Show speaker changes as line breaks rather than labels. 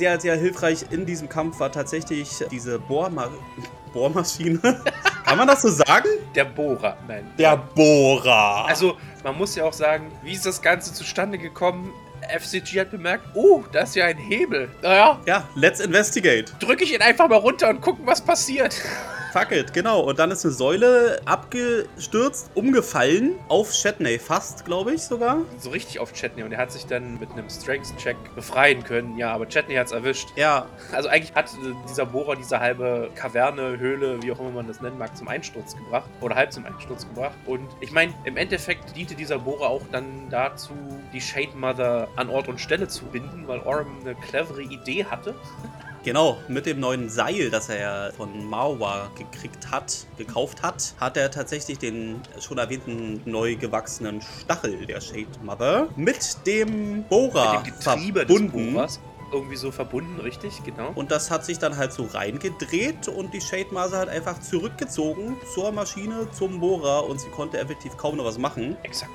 Sehr, sehr hilfreich in diesem Kampf war tatsächlich diese Bohrma Bohrmaschine. Kann man das so sagen?
Der Bohrer, nein.
Der Bohrer.
Also, man muss ja auch sagen, wie ist das Ganze zustande gekommen? FCG hat bemerkt, oh, da ist ja ein Hebel. Naja,
ja, let's investigate.
drücke ich ihn einfach mal runter und gucken, was passiert.
Fuck it, genau. Und dann ist eine Säule abgestürzt, umgefallen auf Shatney, fast, glaube ich sogar.
So richtig auf Chetney und er hat sich dann mit einem Strength-Check befreien können. Ja, aber Chetney hat's erwischt.
Ja,
Also eigentlich hat äh, dieser Bohrer diese halbe Kaverne, Höhle, wie auch immer man das nennen mag, zum Einsturz gebracht. Oder halb zum Einsturz gebracht. Und ich meine, im Endeffekt diente dieser Bohrer auch dann dazu, die Shade Mother an Ort und Stelle zu binden, weil Orm eine clevere Idee hatte.
Genau, mit dem neuen Seil, das er ja von Marwa gekriegt hat, gekauft hat, hat er tatsächlich den schon erwähnten neu gewachsenen Stachel der Shade Mother mit dem Bohrer
mit dem Getriebe des
verbunden.
Bohrers. Irgendwie so verbunden, richtig, genau.
und das hat sich dann halt so reingedreht und die halt Shade Mother hat einfach zurückgezogen zur Maschine, zum Bohrer und sie konnte effektiv kaum noch was machen.
Exakt.